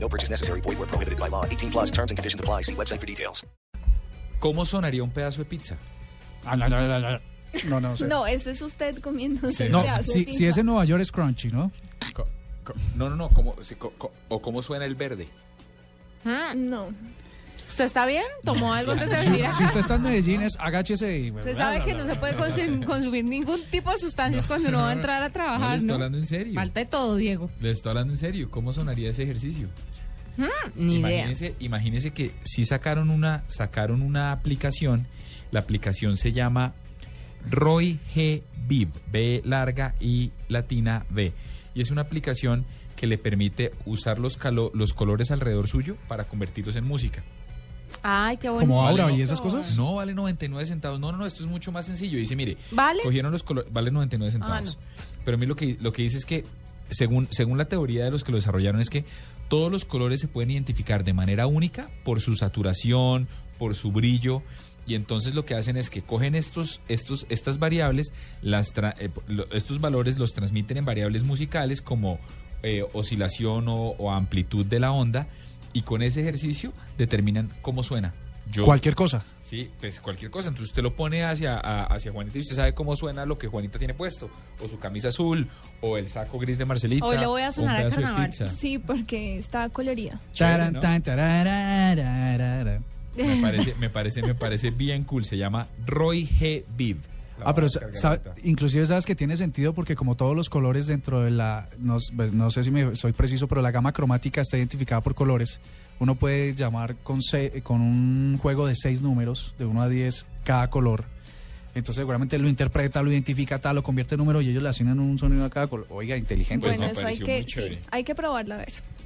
No purchase necessary. Void where prohibited by law. 18 plus terms and conditions apply. See website for details. ¿Cómo sonaría un pedazo de pizza? Ah, No, no, no, no. No, no, sé. No, ese es usted comiendo. No, si, si es en Nueva York es crunchy, ¿no? Co- co- no, no, no. ¿cómo, sí, co- co- ¿O cómo suena el verde? No. Ah. ¿Usted está bien? ¿Tomó algo antes de Si, venir acá? si usted está en Medellín es agáchese y... Usted sabe que no se puede consum- consumir ningún tipo de sustancias cuando uno va a entrar a no Ah, le trabajar, estoy ¿no? hablando en serio. Falta de todo, Diego. Le estoy hablando en serio. ¿Cómo sonaría ese ejercicio? Ni Ah, idea. imagínese, imagínese que si sacaron una, sacaron una aplicación. La aplicación se llama Roy G. Viv, B larga y latina B. Y es una aplicación que le permite usar los, calo- los colores alrededor suyo para convertirlos en música. Ay, qué bonito. Como Vale, ahora no. y esas cosas. No vale 99 centavos. No, no, no, esto es mucho más sencillo. Dice, mire, ¿Vale? cogieron los colores, vale 99 centavos. Pero a mí lo que, lo que dice es que, según, según la teoría de los que lo desarrollaron, es que todos los colores se pueden identificar de manera única por su saturación, por su brillo. Y entonces lo que hacen es que cogen estos, estos, estas variables, las tra- eh, lo- estos valores los transmiten en variables musicales como eh, oscilación o, o amplitud de la onda, y con ese ejercicio determinan cómo suena. Yo, Cualquier cosa. Sí, pues cualquier cosa. Entonces usted lo pone hacia, a- hacia Juanita y usted sabe cómo suena lo que Juanita tiene puesto. O su camisa azul, o el saco gris de Marcelita. Hoy le voy o a un sonar al pedazo de carnaval. pizza. Sí, porque está colorida. Chévere, Taran, ¿no? tan, tararararara. Me parece, me parece, me parece bien cool. Se llama Roy G. Viv. La Ah, voy pero a sa- descargar sabe- ahorita. inclusive sabes que tiene sentido porque como todos los colores dentro de la, no, s- pues, no sé si me, soy preciso, pero la gama cromática está identificada por colores. Uno puede llamar con, se- con un juego de seis números, de 1 a 10, cada color. Entonces seguramente lo interpreta, lo identifica, tal, lo convierte en número y ellos le asignan un sonido a cada color. Oiga, inteligente. Pues bueno, me eso hay pareció que, muy chévere. sí, hay que probarla a ver.